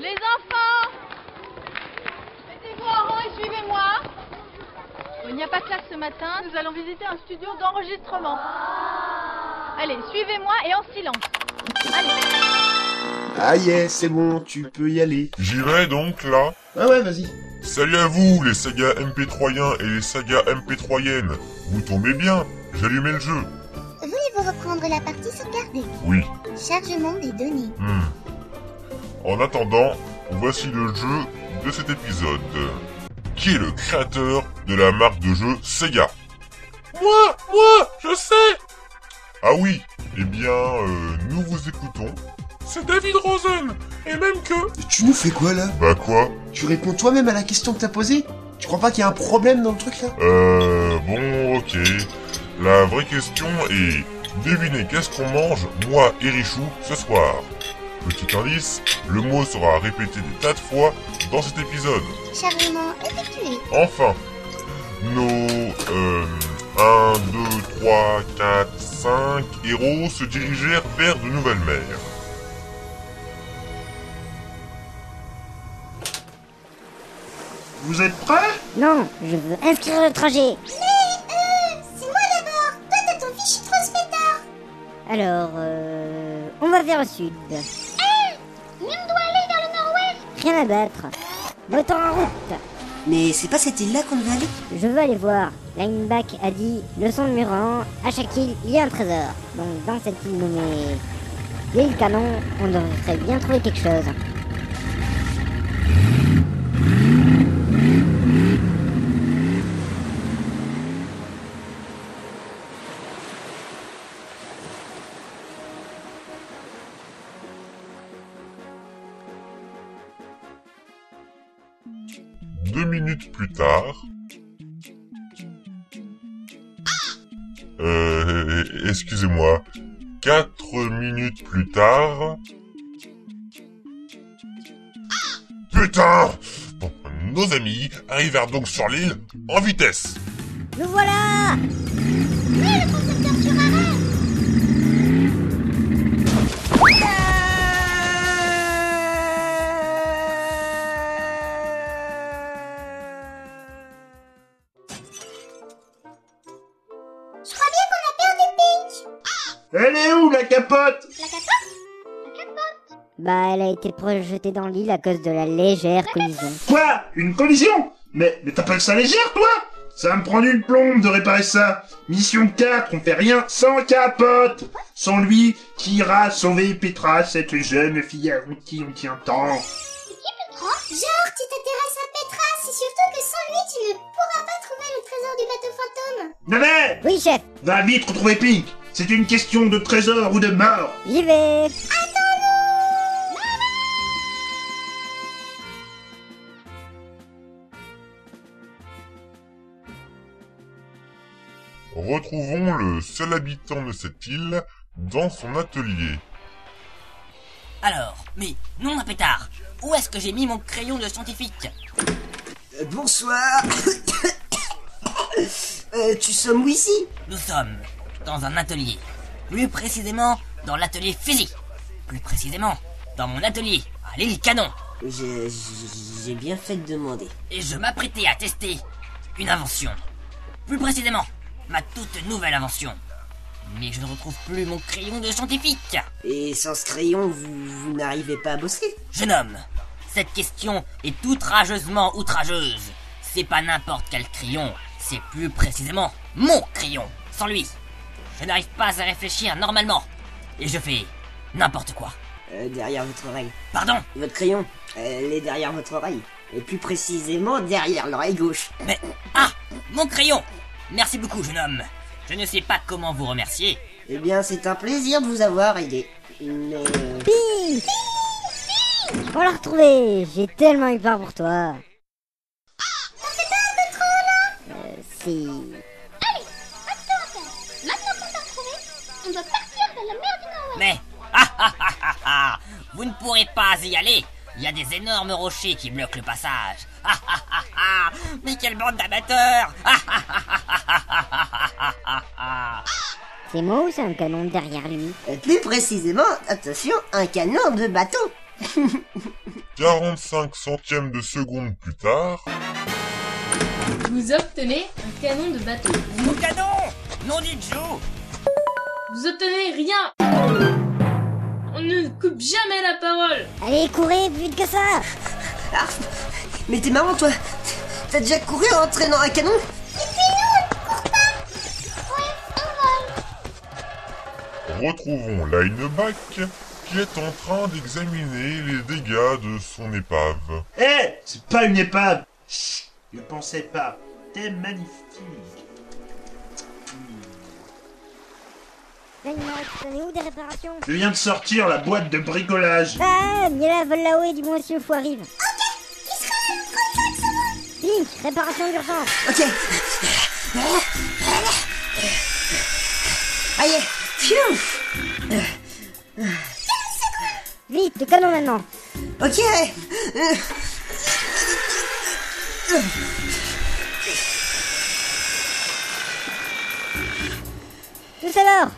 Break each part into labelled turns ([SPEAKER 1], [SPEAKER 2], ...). [SPEAKER 1] Les enfants Mettez-vous en rang et suivez-moi. Il n'y a pas de classe ce matin, nous allons visiter un studio d'enregistrement. Allez, suivez-moi et en silence. Allez.
[SPEAKER 2] Ah yeah, c'est bon, tu peux y aller.
[SPEAKER 3] J'irai donc là.
[SPEAKER 2] Ah ouais, vas-y.
[SPEAKER 3] Salut à vous, les sagas MP3iens et les sagas MP3yennes. Vous tombez bien, j'allumais le jeu.
[SPEAKER 4] Voulez-vous reprendre la partie sauvegardée
[SPEAKER 3] Oui.
[SPEAKER 4] Chargement des données.
[SPEAKER 3] hmm. En attendant, voici le jeu de cet épisode. Qui est le créateur de la marque de jeu Sega Moi Moi Je sais Ah oui Eh bien, euh, nous vous écoutons. C'est David Rosen Et même que...
[SPEAKER 2] Tu nous fais quoi là
[SPEAKER 3] Bah quoi
[SPEAKER 2] Tu réponds toi-même à la question que t'as posée Tu crois pas qu'il y a un problème dans le truc là
[SPEAKER 3] Euh, bon, ok. La vraie question est, devinez qu'est-ce qu'on mange, moi et Richou, ce soir Petit indice, le mot sera répété des tas de fois dans cet épisode.
[SPEAKER 4] Chargement effectué.
[SPEAKER 3] Enfin, nos euh, 1, 2, 3, 4, 5 héros se dirigèrent vers de nouvelles mers.
[SPEAKER 5] Vous êtes prêts
[SPEAKER 6] Non, je veux inscrire le trajet.
[SPEAKER 4] euh, C'est moi d'abord Toi t'as ton fichu transmetteur
[SPEAKER 6] Alors, euh, on va vers le sud.
[SPEAKER 4] Mais on doit aller vers le nord-ouest
[SPEAKER 6] Rien à battre. Votant en route.
[SPEAKER 7] Mais c'est pas cette île-là qu'on devait aller
[SPEAKER 6] Je veux aller voir. Lineback a dit, leçon de Muran, à chaque île, il y a un trésor. Donc dans cette île nommée l'île Canon, on devrait bien trouver quelque chose.
[SPEAKER 3] Deux minutes plus tard. Ah Euh, excusez-moi. Quatre minutes plus tard. Ah Putain Bon, Nos amis arrivèrent donc sur l'île en vitesse.
[SPEAKER 6] Nous voilà
[SPEAKER 4] Je crois bien qu'on a perdu Peach
[SPEAKER 5] Elle est où la capote
[SPEAKER 4] La capote La capote
[SPEAKER 6] Bah, elle a été projetée dans l'île à cause de la légère collision.
[SPEAKER 5] Quoi Une collision Mais, mais t'appelles ça légère toi Ça va me prendre une plombe de réparer ça. Mission 4, on fait rien sans capote Sans lui qui ira sauver Petra, cette jeune fille à qui on tient tant.
[SPEAKER 4] Genre tu t'intéresses à Petra, c'est surtout que sans lui tu ne pourras pas trouver le trésor du bateau fantôme
[SPEAKER 5] Navet
[SPEAKER 6] Oui, chef,
[SPEAKER 5] Va vite retrouver Pink C'est une question de trésor ou de mort
[SPEAKER 6] j'y vais
[SPEAKER 3] Retrouvons le seul habitant de cette île dans son atelier.
[SPEAKER 8] Alors, mais non à pétard, où est-ce que j'ai mis mon crayon de scientifique
[SPEAKER 7] Bonsoir Euh, Tu sommes où ici
[SPEAKER 8] Nous sommes dans un atelier. Plus précisément, dans l'atelier physique. Plus précisément, dans mon atelier, à l'île Canon.
[SPEAKER 7] J'ai j'ai bien fait de demander.
[SPEAKER 8] Et je m'apprêtais à tester une invention. Plus précisément, ma toute nouvelle invention. Mais je ne retrouve plus mon crayon de scientifique.
[SPEAKER 7] Et sans ce crayon, vous, vous n'arrivez pas à bosser
[SPEAKER 8] Jeune homme, cette question est outrageusement outrageuse. C'est pas n'importe quel crayon, c'est plus précisément mon crayon. Sans lui, je n'arrive pas à réfléchir normalement. Et je fais n'importe quoi.
[SPEAKER 7] Euh, Derrière votre oreille.
[SPEAKER 8] Pardon,
[SPEAKER 7] Votre crayon, euh, elle est derrière votre oreille. Et plus précisément, derrière l'oreille gauche.
[SPEAKER 8] mais... Ah Mon crayon Merci beaucoup, jeune homme. Je ne sais pas comment vous remercier.
[SPEAKER 7] Eh bien, c'est un plaisir de vous avoir aidé. Mais... euh,
[SPEAKER 6] Ping On l'a retrouvé J'ai tellement eu peur pour toi Euh, Si...
[SPEAKER 4] Allez, maintenant on fait Maintenant qu'on t'a retrouvé, on doit partir vers la mer du nord-ouest
[SPEAKER 8] Mais... Ah ah ah ah ah Vous ne pourrez pas y aller Il y a des énormes rochers qui bloquent le passage. Ah ah ah ah Mais quelle bande d'amateurs Ah ah ah ah ah ah ah ah ah ah
[SPEAKER 6] C'est moi ou c'est un canon derrière lui
[SPEAKER 7] euh, plus précisément, attention, un canon de bateau.
[SPEAKER 3] 45 centièmes de seconde plus tard,
[SPEAKER 9] Vous obtenez un canon de bateau.
[SPEAKER 8] Mon canon Nom du Joe
[SPEAKER 9] Vous obtenez rien On ne coupe jamais la parole
[SPEAKER 6] Allez, courez plus vite que ça
[SPEAKER 7] Ah, mais t'es marrant, toi T'as déjà couru en traînant un canon
[SPEAKER 3] retrouvons Lineback qui est en train d'examiner les dégâts de son épave.
[SPEAKER 5] Eh, c'est pas une épave. Chut, ne pensez pas. T'es magnifique.
[SPEAKER 6] Langbach, t'en es où des réparations
[SPEAKER 5] Je viens de sortir la boîte de bricolage.
[SPEAKER 6] Ah, mais là, vole là-haut et dis-moi si le fou arrive. Ok, Link, réparation d'urgence.
[SPEAKER 7] Ok. Allez, phew
[SPEAKER 6] Vite, le canon maintenant.
[SPEAKER 7] Ok
[SPEAKER 6] Tous alors,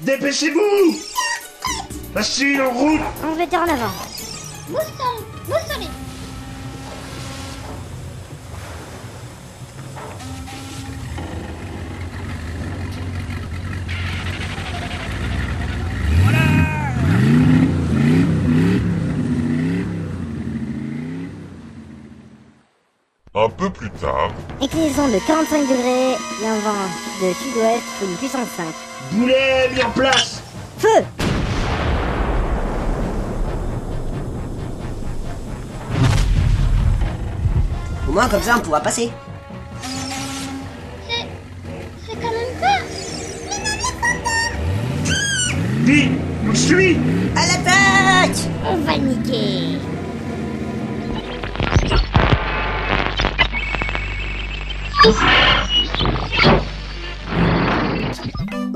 [SPEAKER 5] Dépêchez-vous Machine en route
[SPEAKER 6] on se mettait en avant.
[SPEAKER 4] Mousson, moussolé.
[SPEAKER 3] Un peu plus tard,
[SPEAKER 6] Inclinaison de 45 degrés et un vent de sud-ouest d'une puissance 5.
[SPEAKER 5] Boulet mis en place
[SPEAKER 6] Feu
[SPEAKER 7] Au moins, comme ça, on pourra passer.
[SPEAKER 4] C'est. C'est quand même pas.
[SPEAKER 5] Vite On le suit
[SPEAKER 7] À l'attaque
[SPEAKER 6] On va le niquer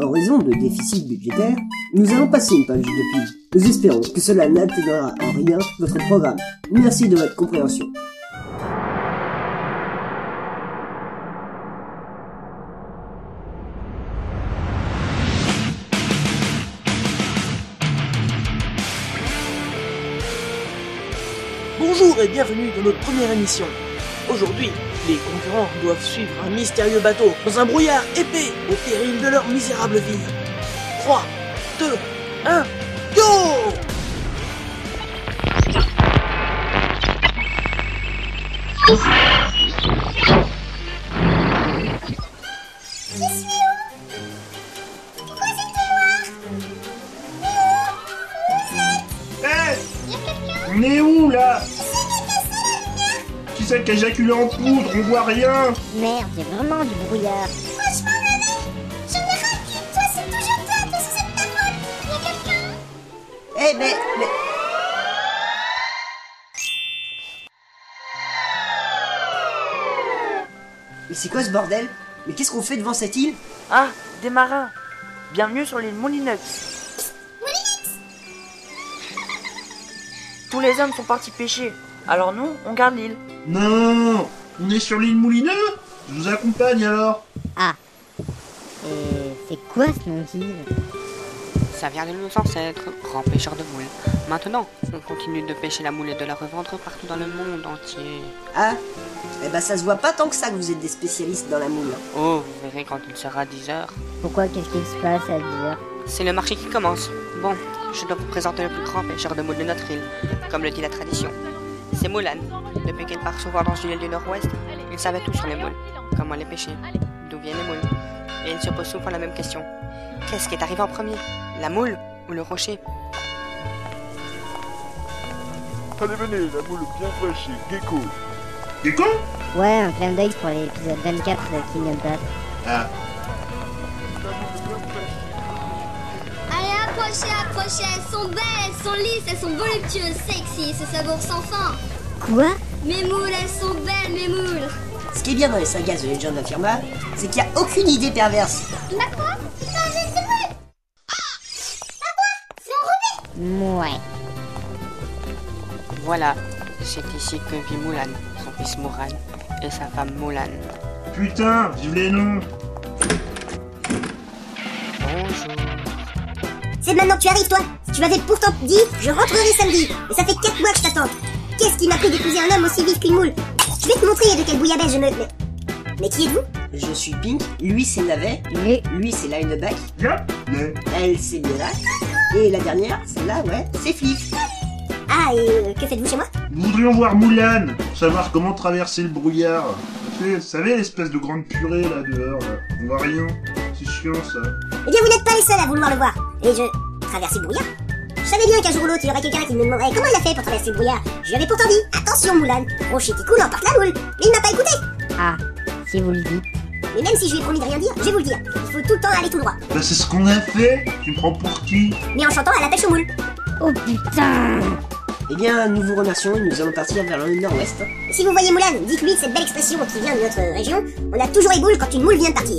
[SPEAKER 7] En raison de déficit budgétaire, nous allons passer une page de pub. Nous espérons que cela n'altérera en rien votre programme. Merci de votre compréhension.
[SPEAKER 10] Bonjour et bienvenue dans notre première émission. Aujourd'hui, les concurrents doivent suivre un mystérieux bateau dans un brouillard épais au péril de leur misérable vie. 3, 2, 1, go
[SPEAKER 4] Ah,
[SPEAKER 5] Eh On est où là Qui c'est qui a éjaculé en poudre On voit rien
[SPEAKER 6] Merde, il y a vraiment du brouillard.
[SPEAKER 7] Eh mais, mais... Mais c'est quoi ce bordel Mais qu'est-ce qu'on fait devant cette île
[SPEAKER 11] Ah, des marins Bienvenue sur l'île Moulinex Tous les hommes sont partis pêcher, alors nous, on garde l'île.
[SPEAKER 5] Non On est sur l'île Moulineux Je vous accompagne alors
[SPEAKER 6] Et c'est quoi ce nom d'île
[SPEAKER 11] Ça vient de nos ancêtres, grands pêcheurs de moules. Maintenant, on continue de pêcher la moule et de la revendre partout dans le monde entier.
[SPEAKER 7] Ah Eh ben ça se voit pas tant que ça que vous êtes des spécialistes dans la moule.
[SPEAKER 11] Oh, vous verrez quand il sera 10 heures.
[SPEAKER 6] Pourquoi Qu'est-ce qui se passe à dire
[SPEAKER 11] C'est le marché qui commence. Bon, je dois vous présenter le plus grand pêcheur de moules de notre île, comme le dit la tradition. C'est Moulan. Depuis qu'elle part souvent dans une île du nord-ouest, il savait tout sur les moules, comment les pêcher, d'où viennent les moules. Et il se pose souvent la même question. Qu'est-ce qui est arrivé en premier La moule ou le rocher
[SPEAKER 3] Allez, venez, la moule bien fraîche et gecko.
[SPEAKER 5] Des cons
[SPEAKER 6] Ouais, un clin d'œil pour l'épisode 24 de Kingdom Pass.
[SPEAKER 5] Ah,
[SPEAKER 4] Allez, approchez, approchez. Elles sont belles, elles sont lisses, elles sont voluptueuses, sexy, ce sabour sans fin.
[SPEAKER 6] Quoi
[SPEAKER 4] Mes moules, elles sont belles, mes moules.
[SPEAKER 7] Ce qui est bien dans les sagas de Legend of Firma, c'est qu'il y a aucune idée perverse.
[SPEAKER 4] La quoi Non, je sais pas.
[SPEAKER 6] Ouais.
[SPEAKER 11] Voilà, c'est ici que vit Moulan, son fils Mouran et sa femme Moulan.
[SPEAKER 5] putain, vive les noms
[SPEAKER 11] Bonjour.
[SPEAKER 4] C'est maintenant que tu arrives, toi. Tu m'avais pourtant dit, je rentrerai samedi. Et ça fait 4 mois que je t'attends. Qu'est-ce
[SPEAKER 6] appris d'épouser un homme aussi vif qu'une moule. Je vais te montrer de quelle bouillabaisse je me... Mais, mais qui êtes-vous
[SPEAKER 7] Je suis Pink, lui c'est Navet, lui, lui c'est Lineback, elle c'est Bella, et la dernière, celle-là, ouais, c'est Fliff.
[SPEAKER 6] Ah, et euh, que faites-vous chez moi
[SPEAKER 5] Nous voudrions voir Moulin pour savoir comment traverser le brouillard. Tu sais, Vous savez l'espèce de grande purée là dehors, là. on voit rien. C'est chiant ça.
[SPEAKER 6] Eh bien, vous n'êtes pas les seuls à vouloir le voir. Et je... Traverser le brouillard Je savais bien qu'un jour ou l'autre, il y aurait quelqu'un qui me demanderait comment il a fait pour traverser le brouillard. Je lui avais pourtant dit, attention Moulin, rocher qui coule emporte la moule. Mais il m'a pas écouté.
[SPEAKER 12] Ah, si vous le dites.
[SPEAKER 6] Mais même si je lui ai promis de rien dire, je vais vous le dire. Il faut tout le temps aller tout droit.
[SPEAKER 5] Bah c'est ce qu'on a fait Tu me prends pour qui
[SPEAKER 6] Mais en chantant à la pêche aux moules.
[SPEAKER 12] Oh putain
[SPEAKER 7] Eh bien, nous vous remercions et nous allons partir vers le nord-ouest.
[SPEAKER 6] Si vous voyez Moulin, dites-lui que cette belle expression qui vient de notre région, on a toujours les boules quand une moule vient de partir.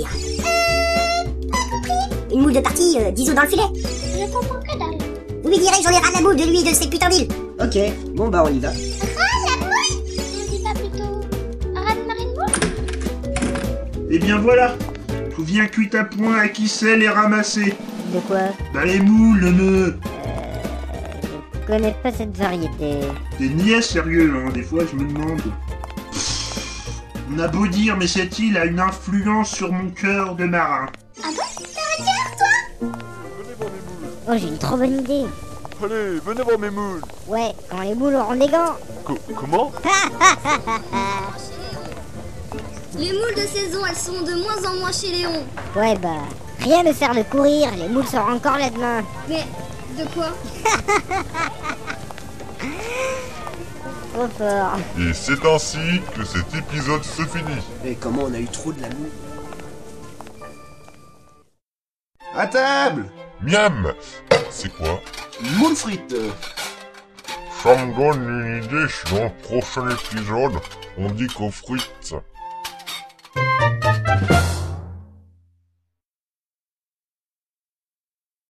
[SPEAKER 6] Une moule de partie, euh, dix os dans le filet.
[SPEAKER 4] Je comprends que dalle.
[SPEAKER 6] Vous lui direz que j'en ai ras de la moule de lui et de ses putains d'îles.
[SPEAKER 7] Ok, bon bah on y va.
[SPEAKER 4] Ah, la moule Je dis pas plutôt. Rade marine moule
[SPEAKER 5] Et Eh bien voilà Tout vient cuit à point à qui sait les ramasser.
[SPEAKER 12] De quoi
[SPEAKER 5] Bah les moules, ne
[SPEAKER 12] Je connais pas cette variété.
[SPEAKER 5] T'es niais sérieux, hein, des fois je me demande. Pfff. On a beau dire, mais cette île a une influence sur mon cœur de marin.
[SPEAKER 4] Ah bon T'es un diable, toi
[SPEAKER 12] Oh, j'ai une trop bonne idée.
[SPEAKER 13] Allez, venez voir mes moules.
[SPEAKER 12] Ouais, quand les boules auront des gants.
[SPEAKER 13] Co- comment
[SPEAKER 4] Les moules de saison, elles sont de moins en moins chez Léon.
[SPEAKER 12] Ouais, bah, rien ne sert de courir, les moules seront encore là demain.
[SPEAKER 4] Mais de quoi
[SPEAKER 12] Trop fort.
[SPEAKER 3] Et c'est ainsi que cet épisode se finit.
[SPEAKER 7] Mais comment on a eu trop de la moule
[SPEAKER 2] À table
[SPEAKER 3] Miam C'est quoi
[SPEAKER 2] Moule frites
[SPEAKER 3] Ça me donne une idée si dans le prochain épisode, on dit qu'aux frites.